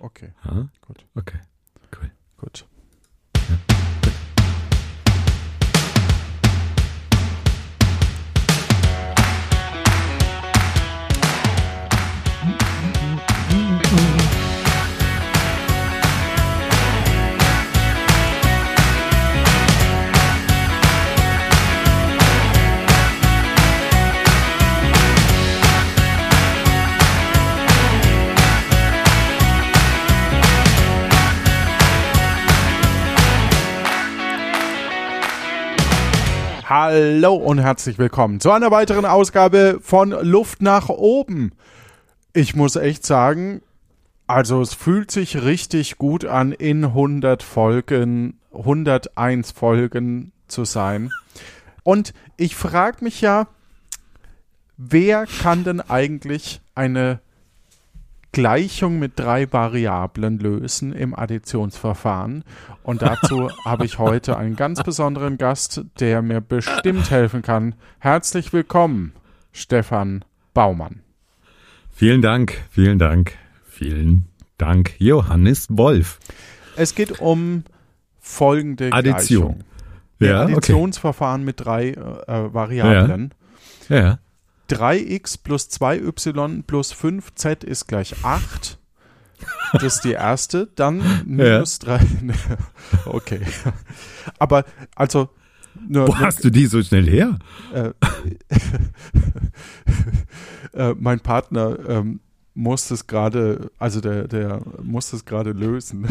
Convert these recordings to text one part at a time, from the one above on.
Okay. Ja? Gut. Okay, cool. Gut. Hallo und herzlich willkommen zu einer weiteren Ausgabe von Luft nach oben. Ich muss echt sagen, also es fühlt sich richtig gut an, in 100 Folgen, 101 Folgen zu sein. Und ich frage mich ja, wer kann denn eigentlich eine Gleichung mit drei Variablen lösen im Additionsverfahren. Und dazu habe ich heute einen ganz besonderen Gast, der mir bestimmt helfen kann. Herzlich willkommen, Stefan Baumann. Vielen Dank, vielen Dank, vielen Dank, Johannes Wolf. Es geht um folgende Addition. Gleichung. Im Ja, okay. Additionsverfahren mit drei äh, Variablen. Ja, 3x plus 2y plus 5z ist gleich 8. Das ist die erste. Dann minus 3. Okay. Aber also. Nur, Wo hast du die so schnell her? äh, äh, mein Partner ähm, muss das gerade, also der, der muss das gerade lösen.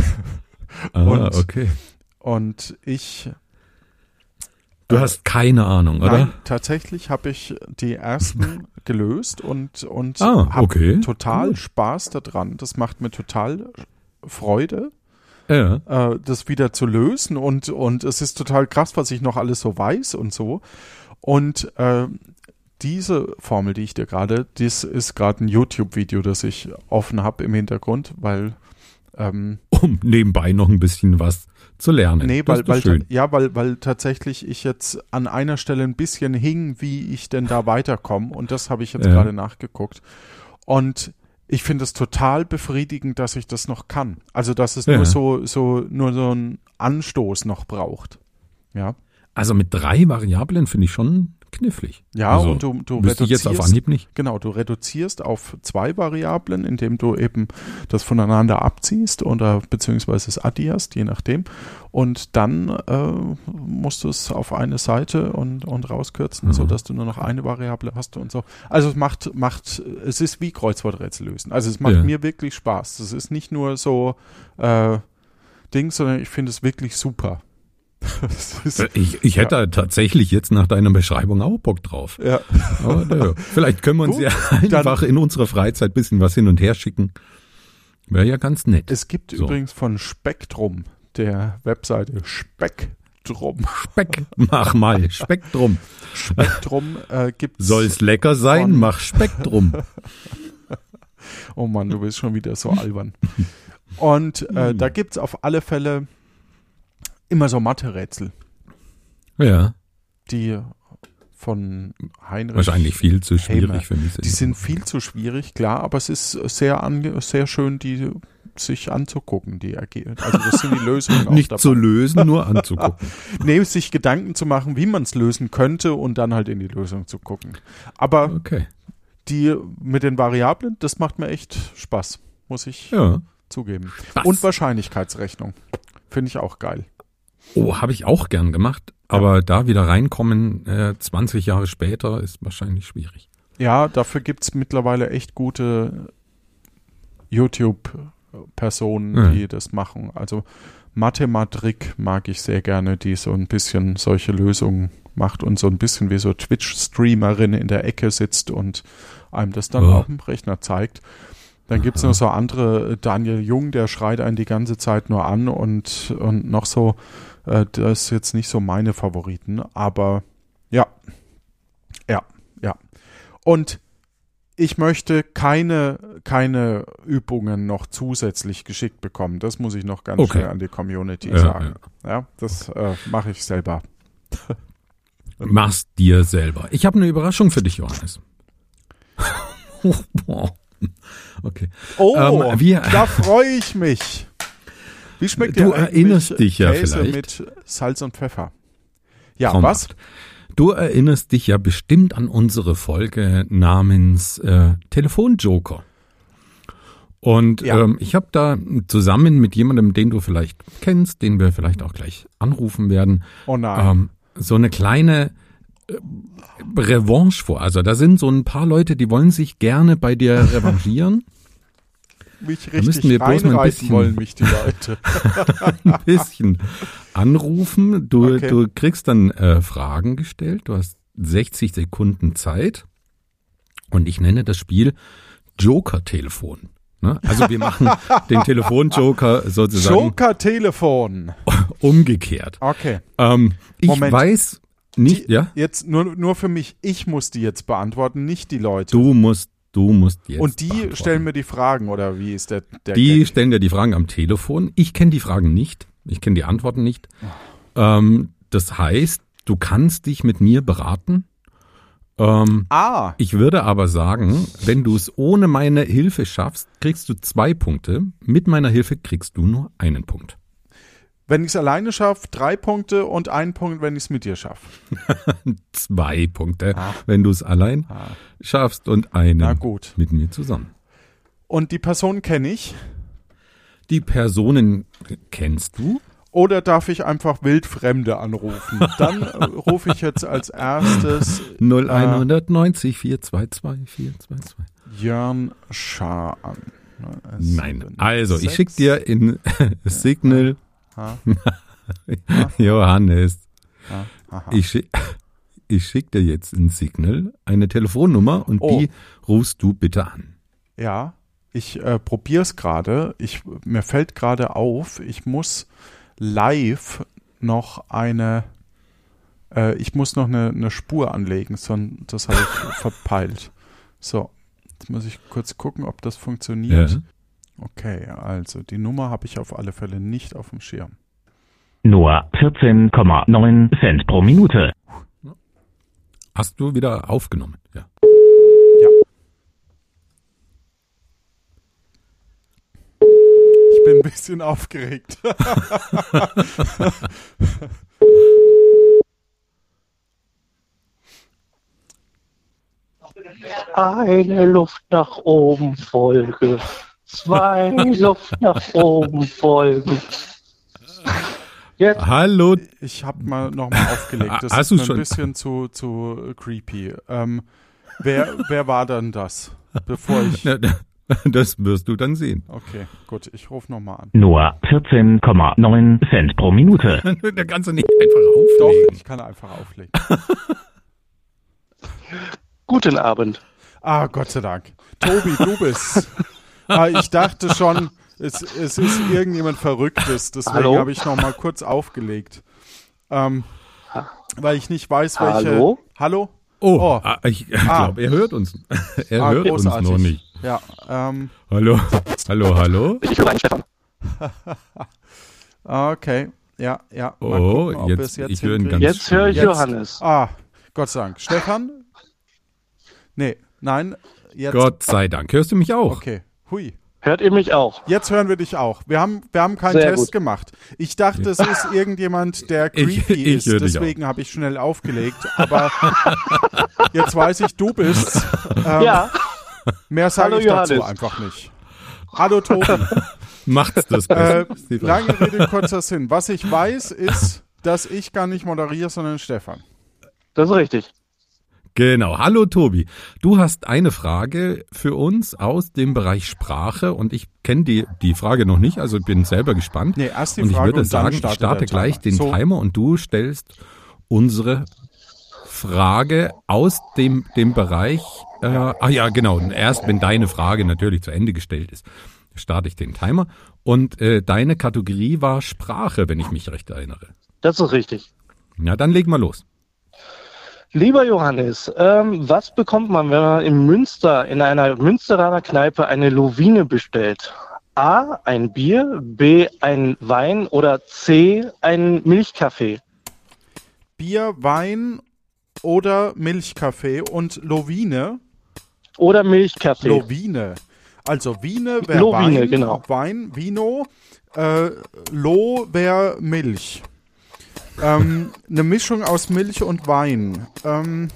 Ah, Und- okay. Und ich Du hast keine Ahnung, oder? Nein, tatsächlich habe ich die ersten gelöst und, und Ah, habe okay, total cool. Spaß daran. Das macht mir total Freude, Ja. äh, das wieder zu lösen. Und, und es ist total krass, was ich noch alles so weiß und so. Und äh, diese Formel, die ich dir gerade, das ist gerade ein YouTube-Video, das ich offen habe im Hintergrund, weil. Ähm, Um nebenbei noch ein bisschen was zu lernen. Nee, Das weil, ist weil, doch schön. ja, weil, weil tatsächlich ich jetzt an einer Stelle ein bisschen hing, wie ich denn da weiterkomme. Und das habe ich jetzt Ja. gerade nachgeguckt. Und ich finde es total befriedigend, dass ich das noch kann. Also, dass es Ja. nur so, so, nur so einen Anstoß noch braucht. Ja. Also mit drei Variablen finde ich schon knifflig. Ja, also, und du, du wüsste ich jetzt auf reduzierst- Anhieb nicht. Genau, du reduzierst auf zwei Variablen, indem du eben das voneinander abziehst oder beziehungsweise es addierst, je nachdem. Und dann äh, musst du es auf eine Seite und, und rauskürzen, Mhm. sodass du nur noch eine Variable hast und so. Also es macht, macht, es ist wie Kreuzworträtsel lösen. Also es macht Ja. mir wirklich Spaß. Es ist nicht nur so äh, Ding, sondern ich finde es wirklich super. Es ist, Ich, ich hätte tatsächlich jetzt nach deiner Beschreibung auch Bock drauf. ja. Aber, naja, vielleicht können wir uns Gut, ja einfach in unserer Freizeit ein bisschen was hin und her schicken. Wäre ja ganz nett. Es gibt So. übrigens von Spektrum, der Webseite Spektrum. Speck, mach mal Spektrum. Spektrum äh, gibt Soll's lecker sein, Von- mach Spektrum. Oh Mann, du bist schon wieder so albern. Und Hm. äh, da gibt es auf alle Fälle immer so Mathe-Rätsel, Ja, die von Heinrich. wahrscheinlich viel zu Häme. schwierig für mich. Die sind viel zu schwierig, klar, aber es ist sehr, ange sehr schön, die sich anzugucken, die ergeben. Also das sind die Lösungen auch nicht dabei. zu lösen, nur anzugucken. Nee, sich Gedanken zu machen, wie man es lösen könnte und dann halt in die Lösung zu gucken. Aber Okay, die mit den Variablen, das macht mir echt Spaß, muss ich ja. zugeben. Spaß. Und Wahrscheinlichkeitsrechnung. Finde ich auch geil. Oh, habe ich auch gern gemacht, aber da wieder reinkommen, äh, 20 Jahre später, ist wahrscheinlich schwierig. Ja, dafür gibt es mittlerweile echt gute YouTube-Personen, Mhm. die das machen. Also Mathematik mag ich sehr gerne, die so ein bisschen solche Lösungen macht und so ein bisschen wie so Twitch-Streamerin in der Ecke sitzt und einem das dann Ja. auf dem Rechner zeigt. Dann gibt es noch so andere, äh, Daniel Jung, der schreit einen die ganze Zeit nur an und, und noch so, äh, das ist jetzt nicht so meine Favoriten, aber ja, ja, ja. Und ich möchte keine, keine Übungen noch zusätzlich geschickt bekommen. Das muss ich noch ganz Okay. schnell an die Community Ja, sagen. Ja, das äh, mache ich selber. ne Mach's dir selber. Ich habe eine Überraschung für dich, Johannes. Oh, boah. Okay. Oh, Ähm, wir- da freue ich mich. Wie schmeckt Du dir eigentlich erinnerst dich ja Käse vielleicht. mit Salz und Pfeffer? Ja, was? Traumhaft. Du erinnerst dich ja bestimmt an unsere Folge namens äh, Telefonjoker. Und Ja. ähm, ich habe da zusammen mit jemandem, den du vielleicht kennst, den wir vielleicht auch gleich anrufen werden, Oh nein. ähm, so eine kleine äh, Revanche vor. Also da sind so ein paar Leute, die wollen sich gerne bei dir revanchieren. mich Ähm, müssen richtig wir bloß mal ein reinreißen bisschen- wollen mich die Leute. ein bisschen anrufen. Du, Okay. du kriegst dann äh, Fragen gestellt. Du hast 60 Sekunden Zeit. Und ich nenne das Spiel Joker-Telefon. Ne? Also wir machen den Telefonjoker sozusagen Joker-Telefon. umgekehrt. Okay. Ähm, ich Moment. weiß nicht, Die- ja? Jetzt nur, nur für mich. Ich muss die jetzt beantworten, nicht die Leute. Du musst, du musst jetzt. Und die beantworten. stellen mir die Fragen, oder wie ist der, der Die Gag? stellen dir die Fragen am Telefon. Ich kenne die Fragen nicht. Ich kenne die Antworten nicht. Ähm, das heißt, du kannst dich mit mir beraten. Ähm, Ah, ich würde aber sagen, wenn du es ohne meine Hilfe schaffst, kriegst du zwei Punkte. Mit meiner Hilfe kriegst du nur einen Punkt. wenn ich es alleine schaffe, drei Punkte und einen Punkt, wenn ich es mit dir schaffe. Zwei Punkte, wenn du es allein schaffst und Ah. Na einen gut. mit mir zusammen. Und die Person kenne ich. Die Personen kennst du? Oder darf ich einfach wildfremde anrufen? Dann äh, rufe ich jetzt als erstes 0190 422 422. Jörn Schaar an. Ne, es Nein. sind Also, ich sechs. schick dir in Signal Ha. Johannes. Ja, aha. Ich schick, ich schick dir jetzt in Signal eine Telefonnummer und Oh. die rufst du bitte an. Ja, ich äh, probiere es gerade. Ich, mir fällt gerade auf, ich muss live noch eine, äh, ich muss noch eine, eine Spur anlegen, sonst das habe ich verpeilt. So, jetzt muss ich kurz gucken, ob das funktioniert. Ja. Okay, also die Nummer habe ich auf alle Fälle nicht auf dem Schirm. Nur 14,9 Cent pro Minute. Hast du wieder aufgenommen? Ja. Ich bin ein bisschen aufgeregt. Eine Luft nach oben Folge. Zwei Luft nach oben Folgen. Jetzt Hallo. Ich habe mal nochmal aufgelegt. Das ist Hast du's mir ein schon? bisschen zu, zu creepy. Ähm, wer, wer war denn das? Bevor ich. Na, Das wirst du dann sehen. Okay, gut, ich rufe nochmal an. Nur 14,9 Cent pro Minute. Da kannst du nicht einfach Doch, auflegen. ich kann einfach auflegen. guten Abend. Ah, Gott sei Dank. Tobi, du bist. Ah, ich dachte schon, es, es ist irgendjemand Verrücktes. Deswegen Hallo? habe ich nochmal kurz aufgelegt. Ähm, weil ich nicht weiß, welche. Hallo? Hallo? Oh, Oh. ah, ich glaube, er hört uns. Er Ah, hört uns noch nicht. Ja, ähm, Hallo, hallo, hallo. Ich höre einen Stefan. ah, okay. Ja, ja. Mal Oh, gucken, ob jetzt- wir es ich höre einen hinkriegen. ganz Jetzt höre ich Jetzt. Johannes. Ah, Gott sei Dank. Stefan? Nee, nein, jetzt. Gott sei Dank. Hörst du mich auch? Okay, hui. Hört ihr mich auch? Jetzt hören wir dich auch. Wir haben, wir haben keinen Sehr Test gut. gemacht. Ich dachte, es ist irgendjemand, der creepy Ich- ich ist. höre dich Deswegen habe ich schnell aufgelegt. Aber jetzt weiß ich, du bist. Ähm, Ja, Mehr sage Hallo, ich dazu Johannes. einfach nicht. Hallo Tobi. Macht's das äh, besser. Stefan. lange Rede, kurzer Sinn. Was ich weiß, ist, dass ich gar nicht moderiere, sondern Stefan. das ist richtig. Genau. Hallo Tobi. Du hast eine Frage für uns aus dem Bereich Sprache und ich kenne die, die Frage noch nicht, also bin selber gespannt. Nee, erst die und Frage ich würde und dann sagen, ich startet starte der Timer. gleich den So. Timer und du stellst unsere Frage aus dem, dem Bereich. Äh, ah ja, genau. Und Erst wenn deine Frage natürlich zu Ende gestellt ist, starte ich den Timer. Und äh, deine Kategorie war Sprache, wenn ich mich recht erinnere. Das ist richtig. Na, dann legen wir los. Lieber Johannes, ähm, was bekommt man, wenn man in Münster, in einer Münsteraner Kneipe eine Lovine bestellt? A, ein Bier, B, ein Wein oder C, ein Milchkaffee? Bier, Wein oder Milchkaffee und Lovine. Oder Milchkaffee. Lovine. Also Wiener wäre Lo Wein, Wiener, genau. Wein, Vino, äh, Lo wäre Milch. Ähm, eine Mischung aus Milch und Wein. Ähm,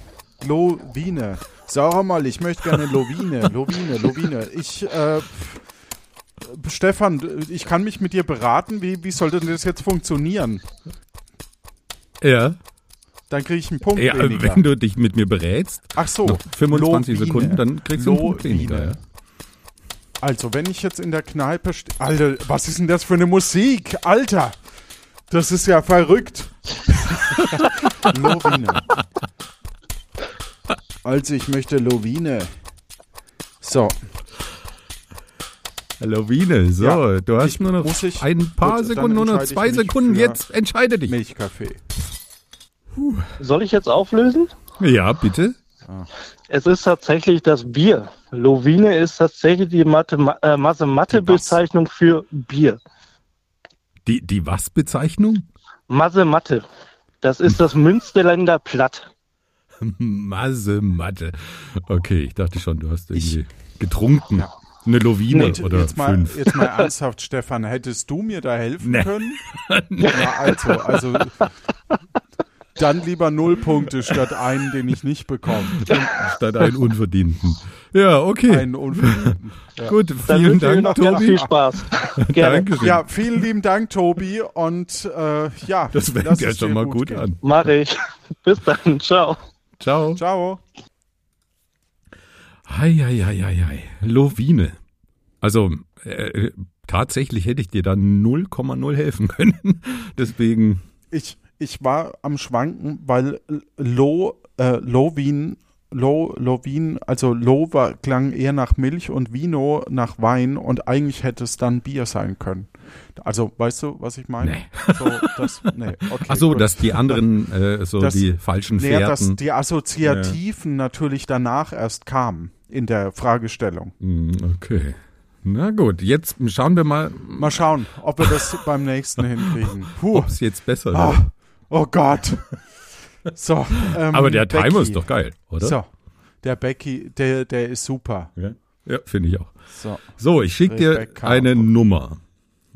Lo Wiener. Sag mal, ich möchte gerne Lowine, Lowine, Lowine. Ich, äh, Stefan, ich kann mich mit dir beraten, wie, wie sollte denn das jetzt funktionieren? Ja. Dann kriege ich einen Punkt ja weniger. wenn du dich mit mir berätst, Ach so. noch 25 Lowine. Sekunden, dann kriegst du einen Punkt Lowine. weniger. Ja. Also, wenn ich jetzt in der Kneipe stehe. Alter, was ist denn das für eine Musik? Alter! Das ist ja verrückt. Lovine. Also, ich möchte Lovine. So, Hallo Wiene, so, Ja, du hast ich nur noch muss ich- ein paar gut, dann Sekunden, nur noch entscheide ich zwei mich Sekunden, für jetzt entscheide dich. Milchkaffee. Soll ich jetzt auflösen? Ja, bitte. Es ist tatsächlich das Bier. Lovine ist tatsächlich die Mathe, äh, Masse-Matte-Bezeichnung für Bier. Die, die was Bezeichnung? Masse-Matte. Das ist das Münsterländer Platt. Masse Matte. Okay, ich dachte schon, du hast irgendwie getrunken. Eine Lowine Jetzt, oder jetzt, mal, fünf. jetzt mal ernsthaft, Stefan, hättest du mir da helfen Nee. können? Ja, also, also. Dann lieber null Punkte statt einen, den ich nicht bekomme. Statt einen unverdienten. Ja, okay. Einen unverdienten. Gut, vielen Dann wünsche ich Ihnen Dank, noch ganz Tobi. viel Spaß. Gerne. Dankeschön. Ja, vielen lieben Dank, Tobi. Und äh, ja, das fängt lass ja es schon dir mal gut gehen. an. Mache ich. Bis dann. Ciao. Ciao. Ciao. Heieieiei. Lowine. Also, äh, tatsächlich hätte ich dir da 0,0 helfen können. Deswegen, Ich, ich war am Schwanken, weil Lo, äh, Lovin, Lo, Lovin, also Lo war, klang eher nach Milch und Vino nach Wein und eigentlich hätte es dann Bier sein können. Also, weißt du, was ich meine? Nee. So, das, nee, okay, ach so, gut. dass die anderen, äh, so Das- die falschen Naja, dass Fährten. die Assoziativen natürlich danach erst kamen in der Fragestellung. Hm, okay. Na gut, jetzt schauen wir mal, Mal schauen, ob wir das beim nächsten hinkriegen. Puh. ob es jetzt besser wird. Oh. Ah, oh Gott. So, ähm, Aber der Timer Becky. ist doch geil, oder? So, der Becky, der, der ist super. Ja, ja finde ich auch. So, So, ich schicke dir Rebecca. eine Nummer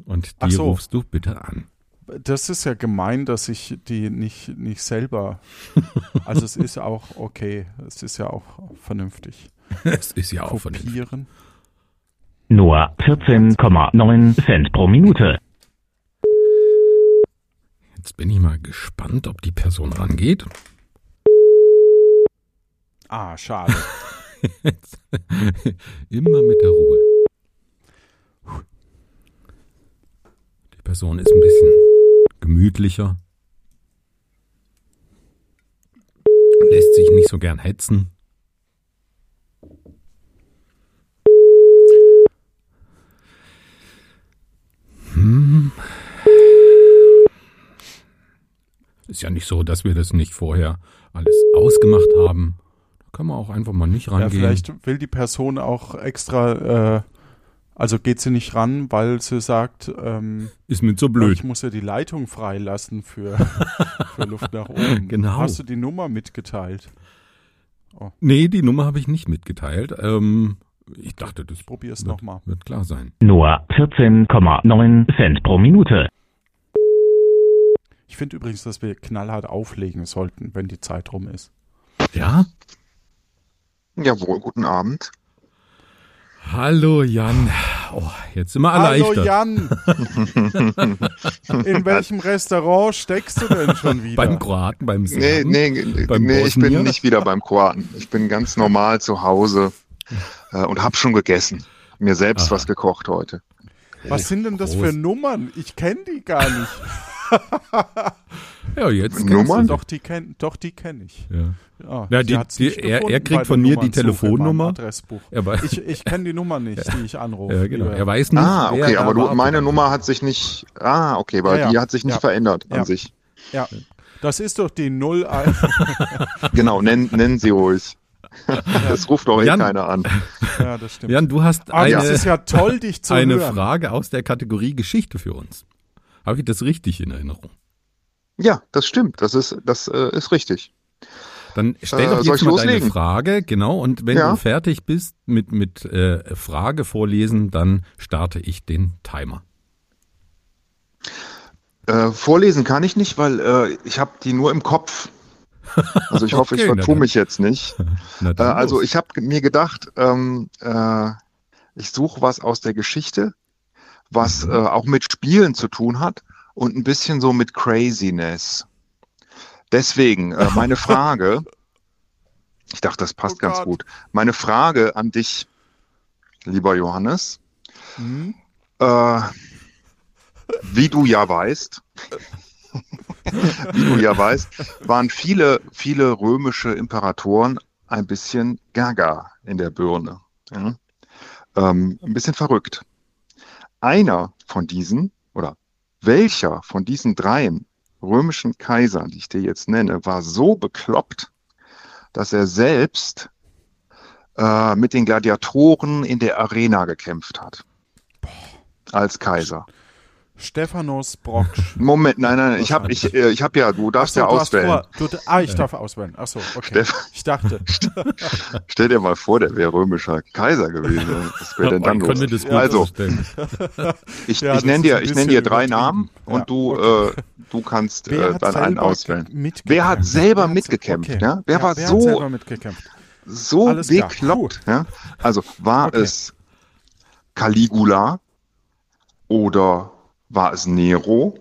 und Ach die so. rufst du bitte an. das ist ja gemein, dass ich die nicht, nicht selber. Also, es ist auch okay. Es ist ja auch vernünftig. Es ist ja auch von dir. Kopieren. Nur 14,9 Cent pro Minute. Jetzt bin ich mal gespannt, ob die Person rangeht. Ah, schade. Immer mit der Ruhe. Die Person ist ein bisschen gemütlicher. Lässt sich nicht so gern hetzen. Hm. Ist ja nicht so, dass wir das nicht vorher alles ausgemacht haben. Da kann man auch einfach mal nicht ja, rangehen. vielleicht will die Person auch extra. Äh, also geht sie nicht ran, weil sie sagt, ähm, Ist mir zu ich blöd. muss ja die Leitung freilassen für, für Luft nach oben. Genau. Hast du die Nummer mitgeteilt? Nee, die Nummer habe ich nicht mitgeteilt. Ähm, ich dachte, das Probier es wird, nochmal. wird klar sein. Nur 14,9 Cent pro Minute. Ich finde übrigens, dass wir knallhart auflegen sollten, wenn die Zeit rum ist. Ja? Jawohl, guten Abend. Hallo Jan. Oh, jetzt sind wir Hallo erleichtert. Jan! In welchem Restaurant steckst du denn schon wieder? Beim Kroaten, beim Nee, Serben. nee, nee, Beim nee ich bin Bosnier? nicht wieder beim Kroaten. Ich bin ganz normal zu Hause äh, und habe schon gegessen. Mir selbst was gekocht heute. Was sind denn das Groß. für Nummern? Ich kenne die gar nicht. Ja, jetzt kennst Nummern? du Doch, die kenne doch, die kenn ich. sie. Ja. Ja, Ja, sie die- hat's die- nicht er- er gefunden kriegt bei von den mir die Nummernsuche in meinem Telefonnummer. Adressbuch. Er weiß- Ich, ich kenne die Nummer nicht, die ich anrufe. Ja, genau. lieber- Er weiß nicht, ah, wer okay, da aber du, war. meine Nummer hat sich nicht. Ah, okay, weil Ja, ja. die hat sich nicht Ja. verändert an Ja. sich. ja. Das ist doch die 01. Genau, nennen, nennen Sie ruhig. Das ruft doch eh Jan. keiner an. ja, das stimmt. Jan, du hast Ah, eine, das ist ja toll, dich zu eine hören. Frage aus der Kategorie Geschichte für uns. Habe ich das richtig in Erinnerung? Ja, das stimmt. Das ist, das äh, ist richtig. Dann stell Äh, doch soll ich jetzt mal deine loslegen? Frage, genau. Und wenn Ja. du fertig bist mit, mit äh, Frage vorlesen, dann starte ich den Timer. Äh, vorlesen kann ich nicht, weil äh, ich habe die nur im Kopf. Also ich hoffe, ich Okay, na vertue dann. mich jetzt nicht. Na Äh, dann also los. ich habe mir gedacht, ähm, äh, ich suche was aus der Geschichte, was Mhm. äh, auch mit Spielen zu tun hat und ein bisschen so mit Craziness. Deswegen äh, meine Frage, ich dachte, das passt Oh ganz Gott. gut. Meine Frage an dich, lieber Johannes, Hm? äh, wie du ja weißt, wie du ja weißt, waren viele, viele römische Imperatoren ein bisschen gaga in der Birne. Ja? Ähm, ein bisschen verrückt. Einer von diesen, oder welcher von diesen dreien römischen Kaisern, die ich dir jetzt nenne, war so bekloppt, dass er selbst äh, mit den Gladiatoren in der Arena gekämpft hat. Als Kaiser. Stephanos Brocksch. Moment, nein, nein, ich habe ich, äh, ich hab ja, du darfst Achso, ja du hast auswählen. Vor, du, ah, ich darf auswählen. Achso, okay. Steff- Ich dachte. Stell dir mal vor, der wäre römischer Kaiser gewesen. ne? Was wäre Oh, denn Man dann kann mir los? das gut Also, vorstellen. ich, Ja, ich das nenne ist dir, ein ich nenn dir bisschen drei übertrieben. Namen und Ja, du, okay. äh, du kannst Wer äh, hat dann einen selber auswählen. mitgekämpft? Wer hat selber se- mitgekämpft, okay. ja? Wer war wer so- Hat selber mitgekämpft? So Alles klar. bekloppt. Ja? Also war Okay. es Caligula oder war es Nero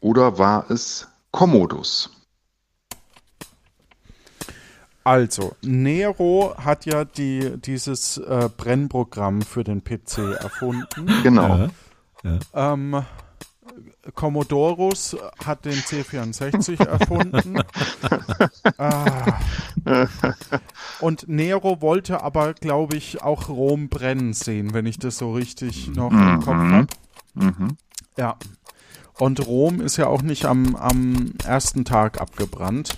oder war es Commodus? Also, Nero hat ja die, dieses äh, Brennprogramm für den PC erfunden. Genau. Ja. ähm, Commodorus hat den C64 erfunden. ah. Und Nero wollte aber, glaube ich, auch Rom brennen sehen, wenn ich das so richtig noch im Kopf Mhm. habe. Ja. Und Rom ist ja auch nicht am, am ersten Tag abgebrannt.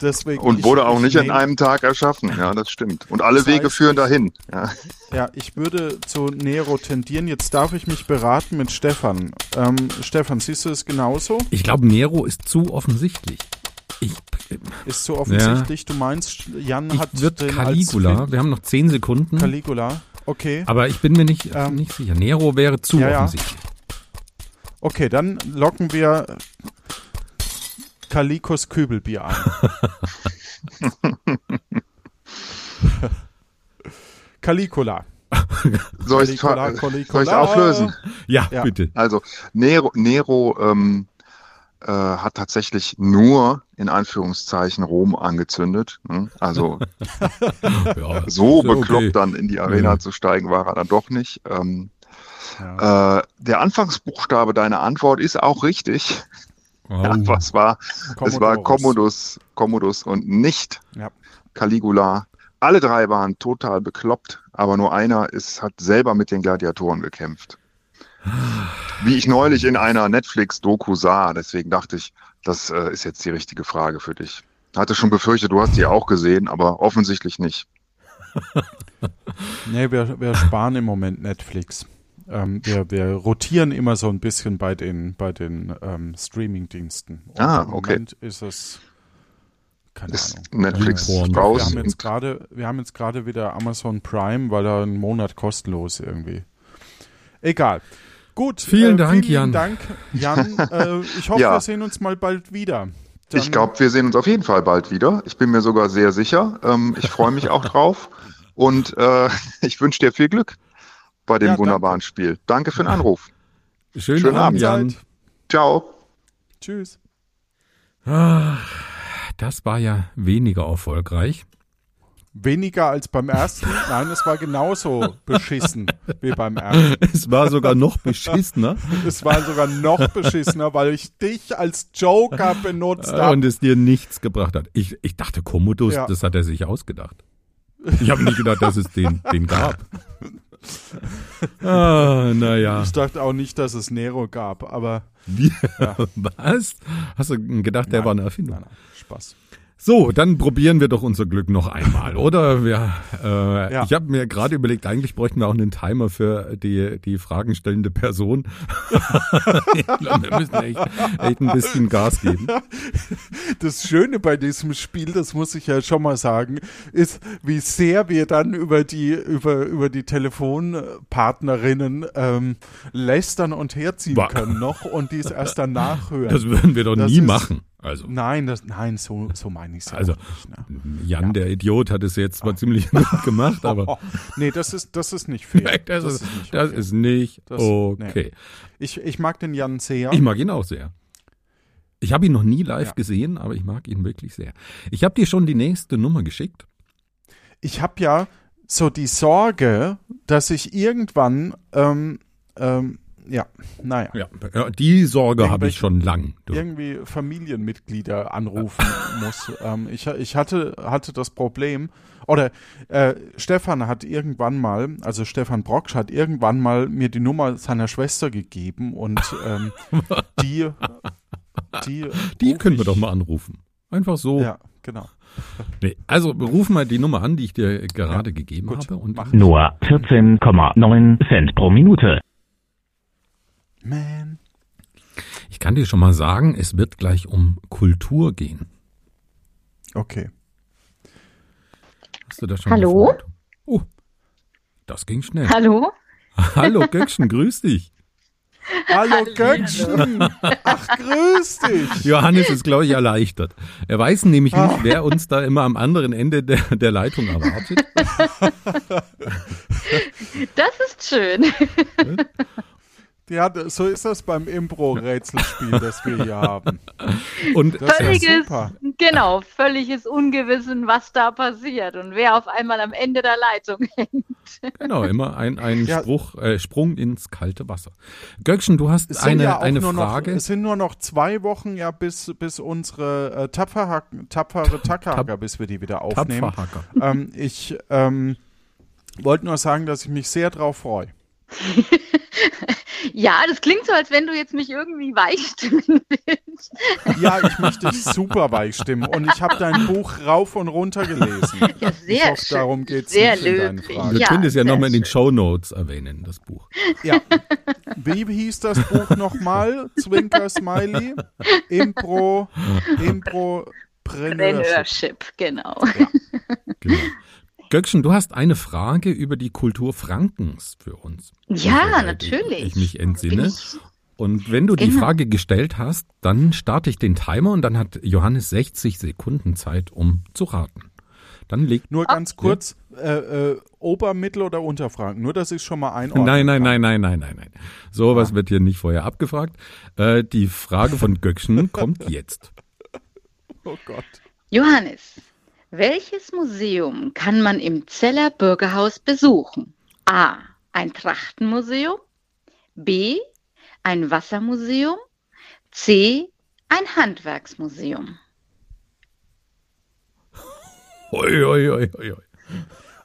Deswegen Und ich- wurde auch ich nicht an nehm- einem Tag erschaffen. Ja, das stimmt. Und alle Das Wege heißt, führen dahin. Ja. Ja, ich würde zu Nero tendieren. Jetzt darf ich mich beraten mit Stefan. Ähm, Stefan, siehst du es genauso? Ich glaube, Nero ist zu offensichtlich. Ich, Ist so offensichtlich. Du meinst, Jan hat ich wird den Caligula. Als Wir haben noch zehn Sekunden. Caligula. Okay, aber ich bin mir nicht, äh, Ähm. nicht sicher. Nero wäre zu Ja, ja. offensichtlich. okay, dann locken wir Calicos Kübelbier ein. Caligula. Soll ich Caligula, soll ich's Caligula. auflösen? Ja, Ja. bitte. Also Nero, Nero ähm, äh, hat tatsächlich nur in Anführungszeichen Rom angezündet. Hm? Also Ja, so ist ja bekloppt okay. dann in die Arena Ja. zu steigen war er dann doch nicht. Ähm, Ja. äh, der Anfangsbuchstabe deiner Antwort ist auch richtig. Au. Ja, was war? Es war Commodus, Commodus und nicht Ja. Caligula. Alle drei waren total bekloppt, aber nur einer ist, hat selber mit den Gladiatoren gekämpft. Wie ich neulich in einer Netflix-Doku sah, deswegen dachte ich, das äh, ist jetzt die richtige Frage für dich. Hatte schon befürchtet, du hast die auch gesehen, aber offensichtlich nicht. Nee, wir, wir sparen im Moment Netflix. Ähm, wir, wir rotieren immer so ein bisschen bei den, bei den ähm, Streaming-Diensten. Und Ah, Im okay. Moment ist es. Keine Ist Ahnung. Netflix Ja, ja. Ich glaub, wir raus? haben jetzt gerade, wir haben jetzt gerade wieder Amazon Prime, weil er einen Monat kostenlos irgendwie. Egal. Gut. äh, Vielen Dank, vielen Jan. Dank, Jan. Äh, ich hoffe, Ja. wir sehen uns mal bald wieder. Dann- ich glaube, wir sehen uns auf jeden Fall bald wieder. Ich bin mir sogar sehr sicher. Ähm, ich freue mich auch drauf. Und äh, ich wünsche dir viel Glück bei dem Ja, danke. wunderbaren Spiel. Danke für den Anruf. Schönen, schönen Abend, Abend. Jan. Ciao. Tschüss. Das war ja weniger erfolgreich. Weniger als beim ersten. Nein, es war genauso beschissen wie beim ersten. Es war sogar noch beschissener Es war sogar noch beschissener, weil ich dich als Joker benutzt äh, und habe. es dir nichts gebracht hat. Ich, ich dachte, Commodus, Ja. das hat er sich ausgedacht. Ich habe nicht gedacht, dass es den, den gab. Ah, naja. Ich dachte auch nicht, dass es Nero gab, aber Was? Hast du gedacht, der Nein. war eine Erfindung? nein, nein, Spaß. So, dann probieren wir doch unser Glück noch einmal, oder? Wir, äh, Ja. Ich habe mir gerade überlegt, eigentlich bräuchten wir auch einen Timer für die, die Fragen stellende Person. ich glaub, wir müssen echt, echt ein bisschen Gas geben. Das Schöne bei diesem Spiel, das muss ich ja schon mal sagen, ist, wie sehr wir dann über die, über, über die Telefonpartnerinnen ähm, lästern und herziehen Bah. können noch und dies erst dann nachhören. Das würden wir doch Das nie ist- machen. Also. nein, das, nein, so, so meine ich es ja Also, auch nicht. Ne? Jan, der Idiot, hat es jetzt Ah. zwar ziemlich gut gemacht, aber Oh, nee, das ist, das ist nicht fair. das, ist, nicht das fair. ist nicht Das- okay. Ich, ich mag den Jan sehr. Ich mag ihn auch sehr. Ich habe ihn noch nie live gesehen, aber ich mag ihn wirklich sehr. Ich habe dir schon die nächste Nummer geschickt. ich habe ja so die Sorge, dass ich irgendwann, ähm, ähm, ja, naja, Ja, ja, die Sorge habe ich Irgendwelche- schon lang. Du. irgendwie Familienmitglieder anrufen muss. Ähm, ich, ich hatte, hatte das Problem, oder äh, Stefan hat irgendwann mal, also Stefan Brocksch hat irgendwann mal mir die Nummer seiner Schwester gegeben und ähm, die, die, Die ruf können wir ich- doch mal anrufen. Einfach so. Ja, genau. Nee, also ruf mal die Nummer an, die ich dir gerade gegeben gut, habe. Und mach. Nur 14,9 Cent pro Minute. Man. ich kann dir schon mal sagen, es wird gleich um Kultur gehen. Okay. Hast du das schon Hallo? gefragt? Oh, das ging schnell. Hallo? Hallo Göckchen, grüß dich. Hallo Göttchen! Ach, grüß dich! Johannes ist, glaube ich, erleichtert. Er weiß nämlich nicht, wer uns da immer am anderen Ende der, der Leitung erwartet. Das ist schön. Ja, d- so ist das beim Impro-Rätselspiel, das wir hier haben. Und Das ist ja Völliges, super. genau, völliges Ungewissen, was da passiert und wer auf einmal am Ende der Leitung hängt. genau, immer ein, ein Ja. Spruch, äh, Sprung ins kalte Wasser. Göckchen, du hast Es sind eine, ja auch eine nur Frage. Noch, es sind nur noch zwei Wochen ja bis, bis unsere äh, Tapferhaken, tapfere Tackhacker, bis wir die wieder aufnehmen. Tapferhacker. Ähm, ich ähm, wollte nur sagen, dass ich mich sehr drauf freue. Ja, das klingt so, als wenn du jetzt mich irgendwie weich stimmen willst. Ja, ich möchte dich super weich stimmen und ich habe dein Buch rauf und runter gelesen. Ja, ich sehr hoffe, schön. darum geht es Sehr nicht in deinen löblich. Fragen. Wir Ja, können es ja sehr nochmal in den schön. Show Notes erwähnen, das Buch. Ja. Wie hieß das Buch nochmal? Zwinker Smiley? Impro, Impro, Entrepreneurship, genau. Genau. Göckchen, du hast eine Frage über die Kultur Frankens für uns. Ja, Soweit natürlich. Ich mich Bin entsinne. ich- Und wenn du die Genau. Frage gestellt hast, dann starte ich den Timer und dann hat Johannes 60 Sekunden Zeit, um zu raten. Dann legt Nur ganz kurz, äh, äh, Ober-, Mittel- oder Unterfragen. Nur, dass ich schon mal einordne. Nein, nein, nein, nein, nein, nein, nein. Sowas wird hier nicht vorher abgefragt. Äh, die Frage von Göckchen kommt jetzt. Oh Gott. Johannes, welches Museum kann man im Zeller Bürgerhaus besuchen? A. Ein Trachtenmuseum. B. Ein Wassermuseum. C. Ein Handwerksmuseum. Oi, oi, oi, oi, oi.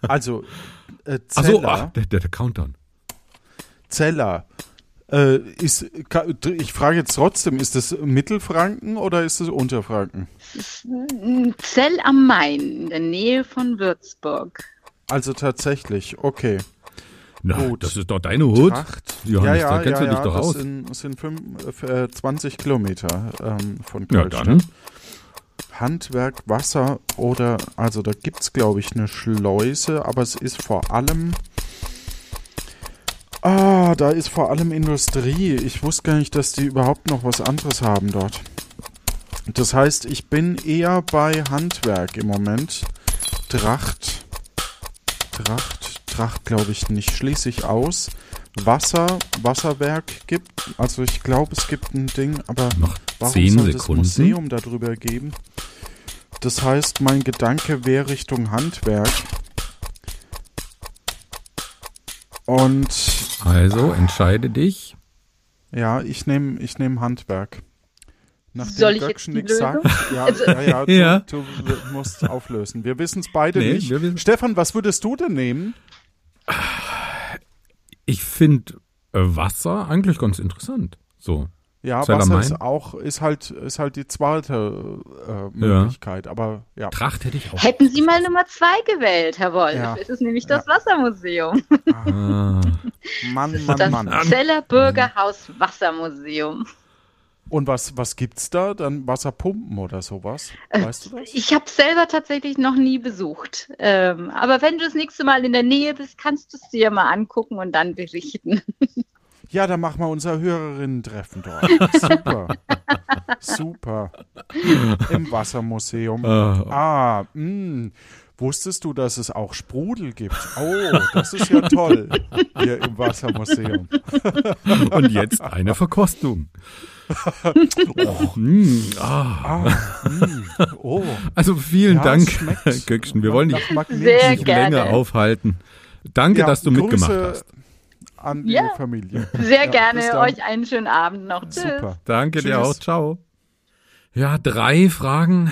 Also, äh, Ach so, ah. Zeller, ach, der, der, der Countdown. Zeller. Äh, ist, ka- ich frage jetzt trotzdem, ist das Mittelfranken oder ist das Unterfranken? Es ist ein Zell am Main in der Nähe von Würzburg. Also tatsächlich, okay. Na, Gut. das ist doch deine Hut. Tracht. Johannes, ja, da ja, kennst ja, du dich ja, doch das aus. Sind, das sind fünf, äh, 20 Kilometer ähm, von Ja, Köln. dann. Handwerk, Wasser oder, also da gibt es, glaube ich, eine Schleuse, aber es ist vor allem. Ah, da ist vor allem Industrie. Ich wusste gar nicht, dass die überhaupt noch was anderes haben dort. Das heißt, ich bin eher bei Handwerk im Moment. Tracht. Tracht. Tracht glaube ich nicht. Schließe ich aus. Wasser. Wasserwerk gibt. Also ich glaube, es gibt ein Ding, aber Noch warum 10 soll Sekunden. das Museum darüber geben? Das heißt, mein Gedanke wäre Richtung Handwerk. Und Also entscheide dich. ja, ich nehme ich nehm Handwerk. Nachdem Soll ich jetzt Göckchen die nix Lösung? Also- sagt, ja, ja, ja, du, Ja. du w- musst auflösen. Wir wissen es beide Nee, nicht. wir wissen- Stefan, was würdest du denn nehmen? Ich finde äh, Wasser eigentlich ganz interessant. So. Ja, Zell am Wasser Main? ist auch, ist halt, ist halt die zweite äh, Möglichkeit, aber ja. Tracht hätte ich auch. Hätten Sie mal Nummer zwei gewählt, Herr Wolf. Ja. Es ist nämlich das Wassermuseum. Ah, Mann, Mann, Das Mann. Mhm. Zeller Bürgerhaus Wassermuseum. Und was, was gibt's da? Dann Wasserpumpen oder sowas? Weißt du das? Ich habe selber tatsächlich noch nie besucht. Ähm, aber wenn du das nächste Mal in der Nähe bist, kannst du es dir mal angucken und dann berichten. Ja, dann machen wir unser Hörerinnen-Treffen dort. Super. Super. Im Wassermuseum. Ah, mh. Wusstest du, dass es auch Sprudel gibt? Oh, das ist ja toll. Hier im Wassermuseum. und jetzt eine Verkostung. Oh, mm, ah. Ah, mh. Oh. Also vielen Ja, Dank, es schmeckt. Herr Göckchen. Wir wollen dich Nach Magnesium. Sehr nicht länger gerne. aufhalten. Danke, dass du Grüße mitgemacht hast. An die Ja. Familie. Sehr bis gerne. dann. Euch einen schönen Abend noch. Tschüss. Super. Danke dir Tschüss. auch. Ciao. Ja, drei Fragen,